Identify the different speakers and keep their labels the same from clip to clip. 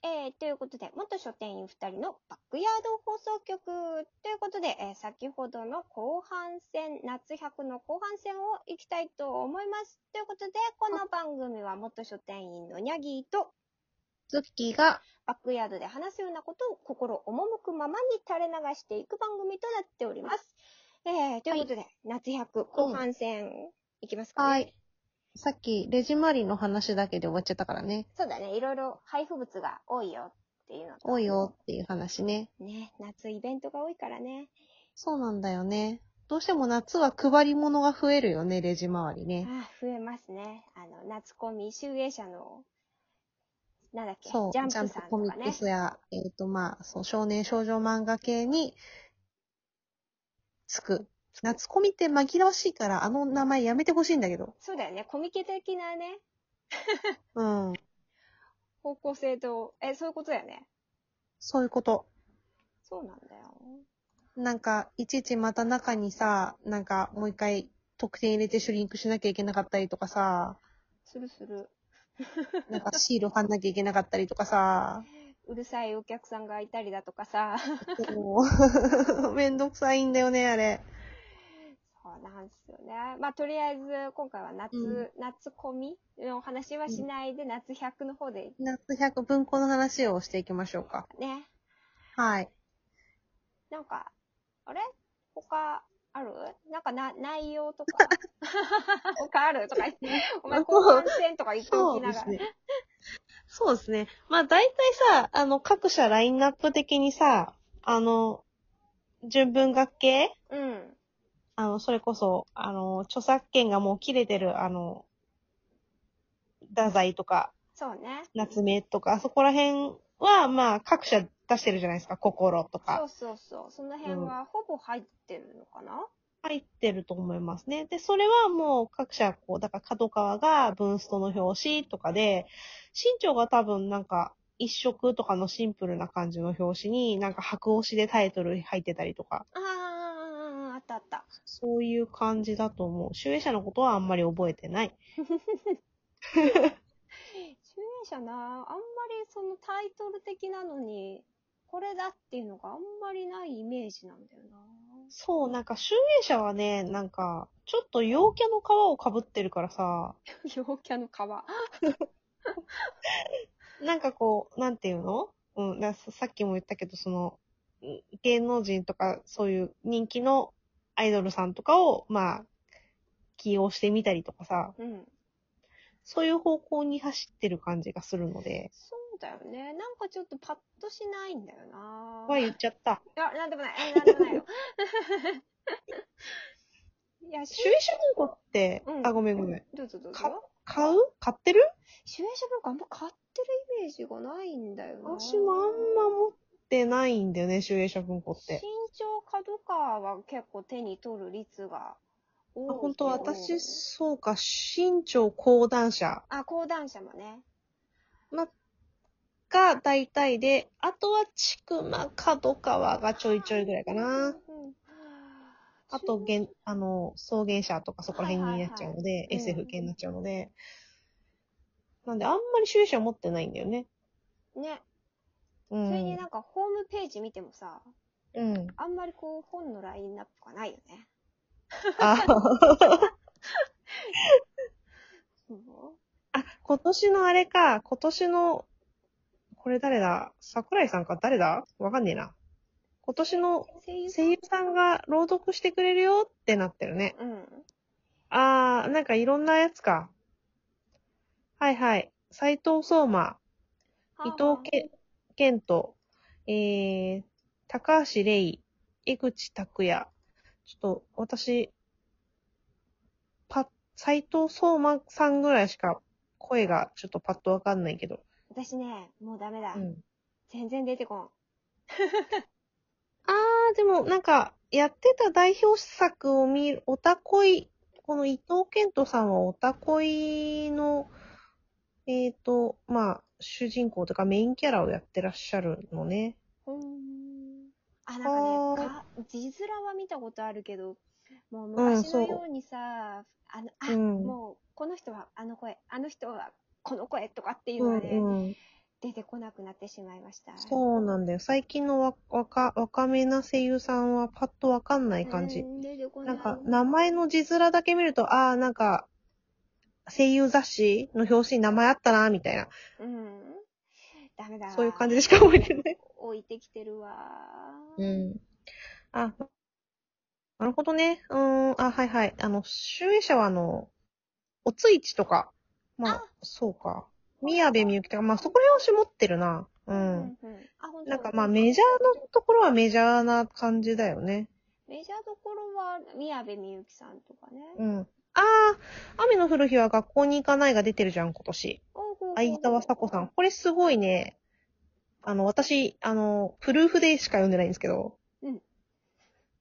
Speaker 1: えー、ということで、元書店員二人のバックヤード放送局ということで、えー先ほどの後半戦、夏100の後半戦を行きたいと思います。ということで、この番組は元書店員のニャギーと、
Speaker 2: ズッキーが、
Speaker 1: バックヤードで話すようなことを心赴くままに垂れ流していく番組となっております。えー、ということで、夏100後半戦いきますか、ね
Speaker 2: はい。さっき、レジマリの話だけで終わっちゃったからね。
Speaker 1: そうだね、いろいろ配布物が多いよっていうのと。
Speaker 2: 多いよっていう話ね。
Speaker 1: ね、夏イベントが多いからね。
Speaker 2: そうなんだよね。どうしても夏は配り物が増えるよね、レジ周りね。
Speaker 1: ああ、増えますね。あの、夏コミ、集英社の、なんだっけ、ジ
Speaker 2: そう、
Speaker 1: ャンプ
Speaker 2: ジ
Speaker 1: さ
Speaker 2: ャ
Speaker 1: ん
Speaker 2: ン
Speaker 1: と
Speaker 2: プ
Speaker 1: かね。
Speaker 2: コミックスや、えっ、と、まあ、そう、少年少女漫画系に、つく。夏コミって紛らわしいから、あの名前やめてほしいんだけど。
Speaker 1: そうだよね、コミケ的なね、
Speaker 2: うん。
Speaker 1: 方向性と、え、そういうことだよね。
Speaker 2: そういうこと。
Speaker 1: そうなんだよ。
Speaker 2: なんか、いちいちまた中にさ、なんか、もう一回、特典入れてシュリンクしなきゃいけなかったりとかさ、
Speaker 1: するする。
Speaker 2: なんかシール貼んなきゃいけなかったりとかさ、
Speaker 1: うるさいお客さんがいたりだとかさ。
Speaker 2: こう めんどくさいんだよね、あれ。
Speaker 1: そうなんですよね。まあ、とりあえず、今回は夏、
Speaker 2: うん
Speaker 1: 夏コミのお話はしないで、夏100の方で
Speaker 2: 夏100文庫の話をしていきましょうか。
Speaker 1: ね。
Speaker 2: はい。
Speaker 1: なんか、あれ他、あるなんかな、内容と か。他あるとか 言って。お前後半戦とか言っておきながら。
Speaker 2: ね。そうですね。まあ、大体さ、あの、各社ラインナップ的にさ、あの、純文学系
Speaker 1: うん。
Speaker 2: あの、それこそ、あの、著作権がもう切れてる、あの、太宰とか、
Speaker 1: そうね。
Speaker 2: 夏目とか、あそこら辺は、まあ、各社出してるじゃないですか、心
Speaker 1: そ
Speaker 2: とか。
Speaker 1: うそうそう。その辺はほぼ入ってるのかな、
Speaker 2: 入ってると思いますね。で、それはもう各社、こう、だから角川が文ストの表紙とかで、新潮が多分なんか、一色とかのシンプルな感じの表紙に、なんか白押しでタイトル入ってたりとか、
Speaker 1: あー、あったあった。
Speaker 2: そういう感じだと思う。集英社のことはあんまり覚えてない。
Speaker 1: 集英社な、あんまりそのタイトル的なのに、これだっていうのがあんまりないイメージなんだよな。
Speaker 2: そう、なんか、集英社はね、なんか、ちょっと陽キャの皮をかぶってるからさ、
Speaker 1: 陽キャの皮。
Speaker 2: なんかこう、なんていうのうん、だささっきも言ったけど、その、うん芸能人とか、そういう人気のアイドルさんとかを、まあ、起用してみたりとかさ、
Speaker 1: うん。
Speaker 2: そういう方向に走ってる感じがするので、
Speaker 1: そうだよね。なんかちょっとパッとしないんだよな。
Speaker 2: は言っちゃった。
Speaker 1: いや、なんでもない。えなんでも ないよ。いや、
Speaker 2: 集英社文庫って、
Speaker 1: うん
Speaker 2: あ、ごめんごめん。
Speaker 1: どうぞどうぞ。
Speaker 2: か買う買ってる
Speaker 1: 主演者文化あんま買ってるイメージがないんだよな。
Speaker 2: 私もあんま持ってないんだよね、集英社文庫って
Speaker 1: 身。長角川は結構手に取る率が多いけ
Speaker 2: あ
Speaker 1: ど。
Speaker 2: 本当は私、そうか、身長高段者
Speaker 1: あ、講談社もね。
Speaker 2: が大体で、あとはちくま、角川がちょいちょいぐらいかな。
Speaker 1: うんうん。
Speaker 2: あと、げん、あの、草原者とかそこら辺になっちゃうの
Speaker 1: いは
Speaker 2: で、
Speaker 1: い
Speaker 2: SF 系になっちゃうので、なんであんまり収者持ってないんだよね。
Speaker 1: ね。そ
Speaker 2: う
Speaker 1: れに
Speaker 2: ん。
Speaker 1: なんかホームページ見てもさ、
Speaker 2: うん。
Speaker 1: あんまりこう本のラインナップがないよね。
Speaker 2: あ、
Speaker 1: うん
Speaker 2: あ、今年のあれか、今年の、これ誰だ桜井さんか誰だわかんねえな。今年の
Speaker 1: 声優さん
Speaker 2: 声優さんが朗読してくれるよってなってるね。
Speaker 1: うん。
Speaker 2: あー、なんかいろんなやつか。はいはい。斎藤聡馬、伊藤け健人、えー、高橋玲、江口拓也。ちょっと、私、パッ、斎藤聡馬さんぐらいしか声がちょっとパッとわかんないけど。
Speaker 1: 私ね、もうダメだ。
Speaker 2: うん。
Speaker 1: 全然出てこん。
Speaker 2: あー、でもなんか、やってた代表作を見る、おたこい、この伊藤健人さんはおたこいの、えーと、まあ、主人公というかメインキャラをやってらっしゃるのね。
Speaker 1: ほん。あ、なんかね、
Speaker 2: あー
Speaker 1: か字面は見たことあるけど、もう
Speaker 2: うん
Speaker 1: 昔
Speaker 2: そ
Speaker 1: の
Speaker 2: う
Speaker 1: ようにさ、あの、あ、
Speaker 2: うん
Speaker 1: もう、この人はあの声、あの人はこの声とかっていう
Speaker 2: う
Speaker 1: の
Speaker 2: ん
Speaker 1: はね、
Speaker 2: うん。
Speaker 1: 出てこなくなってしまいました。
Speaker 2: そうなんだよ。最近のわ若若めな声優さんはパッとわかんな
Speaker 1: う
Speaker 2: い感じ。
Speaker 1: ん出てこな。
Speaker 2: ないんか、名前の字面だけ見ると、ああ、なんか、声優雑誌の表紙に名前あったな、みたいな。
Speaker 1: うん。ダメだ。
Speaker 2: そういう感じでしか覚えてない。
Speaker 1: 置いてきてるわ。
Speaker 2: ん。あ、なるほどね。うーん、あ、はいはい。あの、集英社はあの、おついちとか、まあ、
Speaker 1: あ
Speaker 2: そうか。宮部みゆきとか、まあ、そこら辺を絞ってるな。うん。
Speaker 1: うんうんあ、本当
Speaker 2: なんかまあ、メジャーのところはメジャーな感じだよね。
Speaker 1: メジャーどころは、宮部みゆきさんとかね。
Speaker 2: うん。ああ、雨の降る日は学校に行かないが出てるじゃん、今年。
Speaker 1: おうほうほう
Speaker 2: 相沢さこさん。これすごいね。あの、私、あの、プルーフでしか読んでないんですけど。
Speaker 1: うん。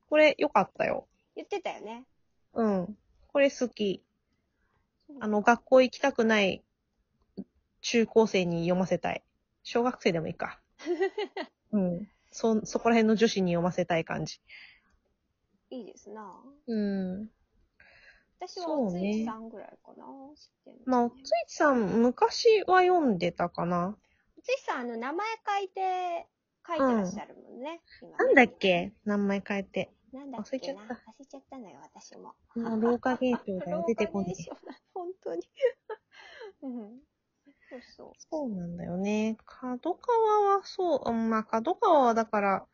Speaker 2: これ、良かったよ。
Speaker 1: 言ってたよね。
Speaker 2: うん。これ好き。あの、学校行きたくない中高生に読ませたい。小学生でもいい か。うん。そ、そこら辺の女子に読ませたい感じ。
Speaker 1: いいですな。
Speaker 2: うん。
Speaker 1: 私は
Speaker 2: そう
Speaker 1: おつ
Speaker 2: ね
Speaker 1: いちさんぐらいかな。知ってるの
Speaker 2: まあ、おついちさん、昔は読んでたかな。
Speaker 1: おついちさん、あの、名前書いて、書いてらっしゃるもんね。今ね
Speaker 2: なんだっけ名前変えて。
Speaker 1: なんだっ
Speaker 2: 忘れち
Speaker 1: け
Speaker 2: ゃ
Speaker 1: な
Speaker 2: っ
Speaker 1: 忘
Speaker 2: た
Speaker 1: れちゃったのよ、私も。
Speaker 2: もう老化現象だよ。出てこな
Speaker 1: ないい。。 本当に。 うん。そうそう。
Speaker 2: そうなんだよね。角川はそう、うんまあ角川はだから、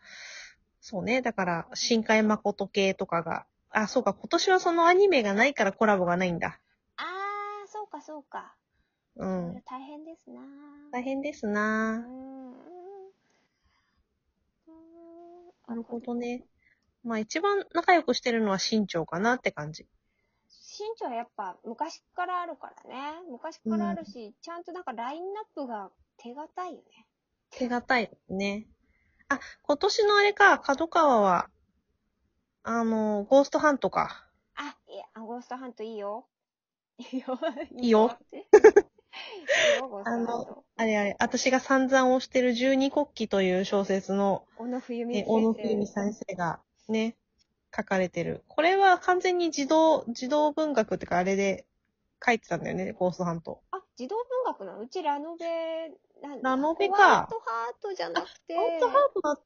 Speaker 2: そうね、だから、深海誠系とかが、あ、そうか、今年はそのアニメがないからコラボがないんだ。
Speaker 1: あー、そうか、そうか。い
Speaker 2: う
Speaker 1: ろいろ
Speaker 2: ん。
Speaker 1: 大変ですな。
Speaker 2: 大変です
Speaker 1: う
Speaker 2: なぁ。
Speaker 1: ん。うん
Speaker 2: なるほど。ね。まあ一番仲良くしてるのは新潮かなって感じ。
Speaker 1: 身長はやっぱ昔からあるからね。昔からあるし、ちゃんとなんかラインナップが手堅いよね。
Speaker 2: 手堅いね。あ、今年のあれか、角川は、あの、ゴーストハントか。
Speaker 1: あ、いや、ゴーストハントいいよ。いいよ。
Speaker 2: いいよ
Speaker 1: って。いいよ、ゴーストハント。
Speaker 2: あれあれ、私が散々推してる十二国旗という小説の
Speaker 1: 小野冬美先、
Speaker 2: ね
Speaker 1: 生。
Speaker 2: 大野冬美先生がね、書かれてる。これは完全に児童、児童文学ってかあれで書いてたんだよね、ゴーストハント。
Speaker 1: あ、児童文学なのうちラノベ、なん
Speaker 2: ラノベか
Speaker 1: ホワイトハートじゃなくて、
Speaker 2: ゴーストハントだ、ん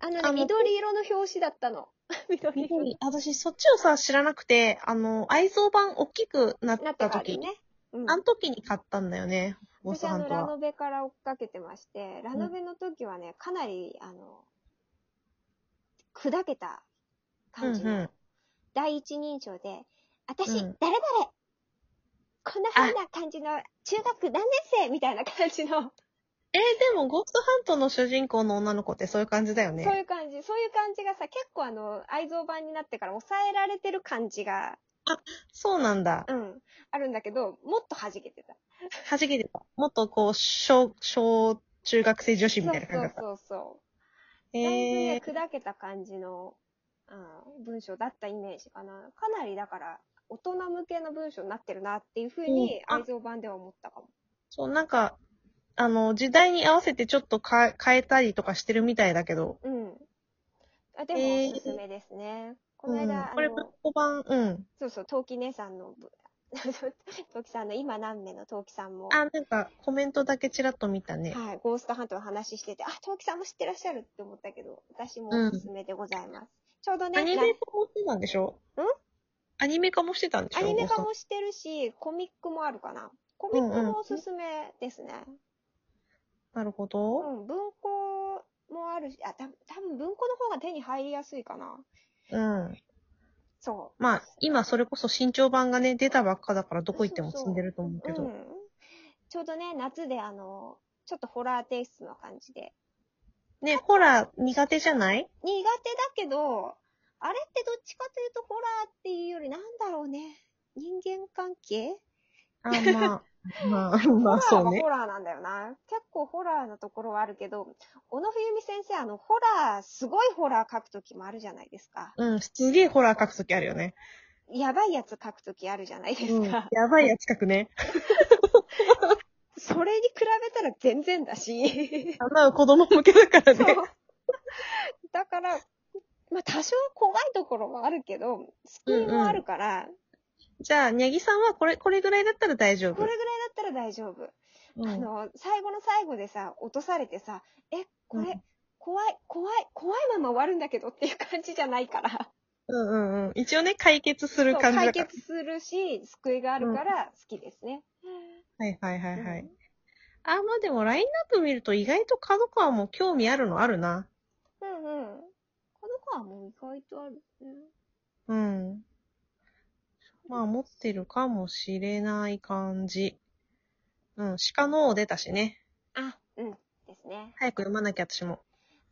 Speaker 1: あの
Speaker 2: あの
Speaker 1: ね、緑色の表紙だったの。 緑色に
Speaker 2: 緑私そっちをさ、知らなくて、あの、愛蔵版大きくなっ
Speaker 1: なって
Speaker 2: た
Speaker 1: から
Speaker 2: 時、
Speaker 1: ね。うん
Speaker 2: あの時に買ったんだよね、ゴー
Speaker 1: 私
Speaker 2: ストハ
Speaker 1: あ
Speaker 2: ン
Speaker 1: の、
Speaker 2: ト
Speaker 1: ラ
Speaker 2: は。
Speaker 1: ノベから追っかけてまして、ラノベの時はね、かなり、あの、砕けた
Speaker 2: うん
Speaker 1: 感
Speaker 2: う
Speaker 1: じの、
Speaker 2: ん。
Speaker 1: 第一人称で、私、
Speaker 2: うん
Speaker 1: 誰々こんな風な感じの、中学何年生みたいな感じの、
Speaker 2: えーでもゴーストハントの主人公の女の子ってそういう感じだよ
Speaker 1: そうい
Speaker 2: ね。
Speaker 1: う感じ、そういう感じがさ、結構あの、愛蔵版になってから抑えられてる感じが、
Speaker 2: そうなんだ。
Speaker 1: うん、あるんだけど、もっと弾けてた。
Speaker 2: 弾けてた。もっとこう、小、小中学生女子み
Speaker 1: そ
Speaker 2: たいうな感じだった。
Speaker 1: そうそう。
Speaker 2: え
Speaker 1: だいぶ
Speaker 2: ー
Speaker 1: ね、砕けた感じの、うん、文章だったイメージかな。かなりだから、大人向けの文章になってるなっていうふうに、
Speaker 2: うんあ
Speaker 1: 愛蔵版では思ったかも。
Speaker 2: そう、なんか、あの、時代に合わせてちょっとか変えたりとかしてるみたいだけど、
Speaker 1: うん。あでも、
Speaker 2: えー
Speaker 1: おすすめですね。こ
Speaker 2: う
Speaker 1: の
Speaker 2: ん
Speaker 1: 間、あ
Speaker 2: これ
Speaker 1: の
Speaker 2: 文、庫版、うん。
Speaker 1: そうそう、陶器姉さんの ぶ、陶器さんの、今何名の陶器さんも、
Speaker 2: あ、なんかコメントだけちらっと見たね。
Speaker 1: はい、ゴーストハントの話してて、あ、陶器さんも知ってらっしゃるって思ったけど、私も
Speaker 2: うん
Speaker 1: おすすめでございます。ちょうどね、
Speaker 2: アニ
Speaker 1: ラ
Speaker 2: メ化もしてたんでしょ
Speaker 1: ん
Speaker 2: アニメ化もしてたんでしょ
Speaker 1: アニメ化
Speaker 2: お父
Speaker 1: もしてるし、コミックもあるかな。コミックもおすすめですね。
Speaker 2: さんなるほ
Speaker 1: う
Speaker 2: ど。
Speaker 1: ん、文庫もあるし、あ、た多分文庫の方が手に入りやすいかな。
Speaker 2: うん。
Speaker 1: そ
Speaker 2: まあ、今それこそ新潮版がね、出たばっかだからどこ行っても積んでると思う
Speaker 1: う。
Speaker 2: け
Speaker 1: う
Speaker 2: ど。
Speaker 1: ん。ちょうどね、夏であの、ちょっとホラーテイストの感じで。
Speaker 2: ね、ホラー苦手じゃない
Speaker 1: 苦手だけど、あれってどっちかというとホラーっていうよりなんだろうね。人間関係
Speaker 2: あ、まあ、まあ、まあ、
Speaker 1: ホラ
Speaker 2: そ
Speaker 1: ー
Speaker 2: う
Speaker 1: は
Speaker 2: ね
Speaker 1: ホ。ラーなんだよな。結構ホラーなところはあるけど、小野冬美先生、あの、ホラー、すごいホラー書くときもあるじゃないですか。
Speaker 2: うん、すげえホラー書くときあるよね。
Speaker 1: やばいやつ書くときあるじゃないで
Speaker 2: うん、
Speaker 1: す
Speaker 2: や
Speaker 1: か。
Speaker 2: ばいやつ書くね。
Speaker 1: それに比べたら全然だ し。
Speaker 2: あ、まあ子供向けだから
Speaker 1: そう
Speaker 2: ね。。
Speaker 1: だから、まあ多少怖いところもあるけど、救いもあるから、
Speaker 2: じゃあ、にゃぎさんはこれ、これぐらいだったら大丈夫
Speaker 1: これぐ。らいだったら大丈夫。
Speaker 2: うん
Speaker 1: あの、最後の最後でさ、落とされてさ、え、こ
Speaker 2: う
Speaker 1: れ
Speaker 2: ん、
Speaker 1: 怖い、怖い、怖いまま終わるんだけどっていう感じじゃないから。
Speaker 2: うんうんうん。一応ね、解決する感じ
Speaker 1: 解
Speaker 2: だから。
Speaker 1: 決するし、救いがあるから好きですね。
Speaker 2: はいはいはいはい。
Speaker 1: うん
Speaker 2: あ、まあでもラインナップ見ると意外と角川も興味あるのあるな。
Speaker 1: うんうん。この子はもう意外とあるね。
Speaker 2: うん。まあ持ってるかもしれない感じ。うん、鹿の王出たしね。
Speaker 1: あ、うん。ですね。
Speaker 2: 早く読まなきゃ私も。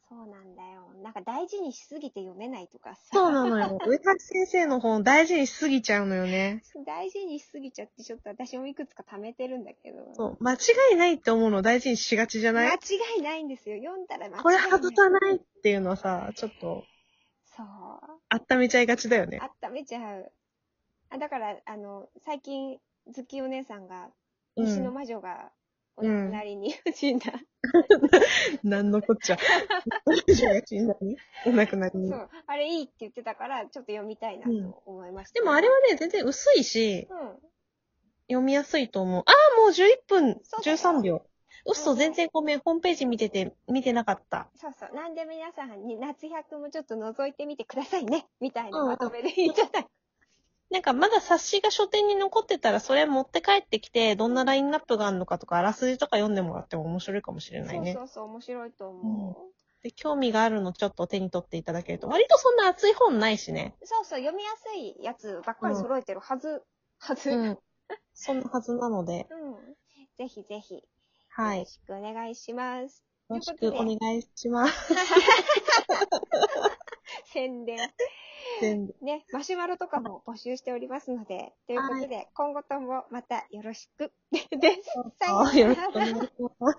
Speaker 1: そうなんだよ。なんか大事にしすぎて読めないとかさ。
Speaker 2: そうなの よ。上橋先生の本大事にしすぎちゃうのよね。
Speaker 1: 大事にしすぎちゃって、ちょっと私もいくつか貯めてるんだけど。
Speaker 2: そう、間違いないって思うのを大事にしがちじゃな
Speaker 1: 間
Speaker 2: い
Speaker 1: 違いないんですよ。読んだら間違いない。
Speaker 2: これ外さないっていうのはさ、ちょっと
Speaker 1: そう。
Speaker 2: 温めちゃいがちだよね。
Speaker 1: 温めちゃう。あだから、あの、最近、ズッキーお姉さんが、
Speaker 2: う
Speaker 1: 西の
Speaker 2: ん。
Speaker 1: 魔女が、お亡くなりに死んだ。
Speaker 2: なんのこっ ちゃ。お亡くなりに
Speaker 1: そ。う。あれいいって言ってたから、ちょっと読みたいなと思いました、
Speaker 2: でもあれはね、全然薄いし、
Speaker 1: うん。
Speaker 2: 読みやすいと思う。ああ、もう11分
Speaker 1: そうだよ
Speaker 2: 13秒。
Speaker 1: う
Speaker 2: 嘘、
Speaker 1: ん
Speaker 2: 全然ごめん。ホームページ見てて、見てなかった。
Speaker 1: そうそう。なんで皆さんに夏百もちょっと覗いてみてくださいね。みたいな
Speaker 2: うん
Speaker 1: まとめでいいんじゃない
Speaker 2: なんかまだ冊子が書店に残ってたら、それ持って帰ってきて、どんなラインナップがあるのかとか、あらすじとか読んでもらっても面白いかもしれないね。
Speaker 1: そうそうそう、面白いと思う。
Speaker 2: で、興味があるのちょっと手に取っていただけると。割とそんな熱い本ないしね。
Speaker 1: そうそう、読みやすいやつばっかり揃えてるはず。はず。うん。。
Speaker 2: そんなはずなので、
Speaker 1: ぜひぜひ、
Speaker 2: はい。
Speaker 1: よろ
Speaker 2: よ
Speaker 1: しくお願いします。
Speaker 2: ろしくお願いし ます。
Speaker 1: 宣伝。
Speaker 2: 全部
Speaker 1: ね、マシュマロとかも募集しておりますので、と いうことで、今後ともまたよろしくです。
Speaker 2: 哦あーよろしくお願いします。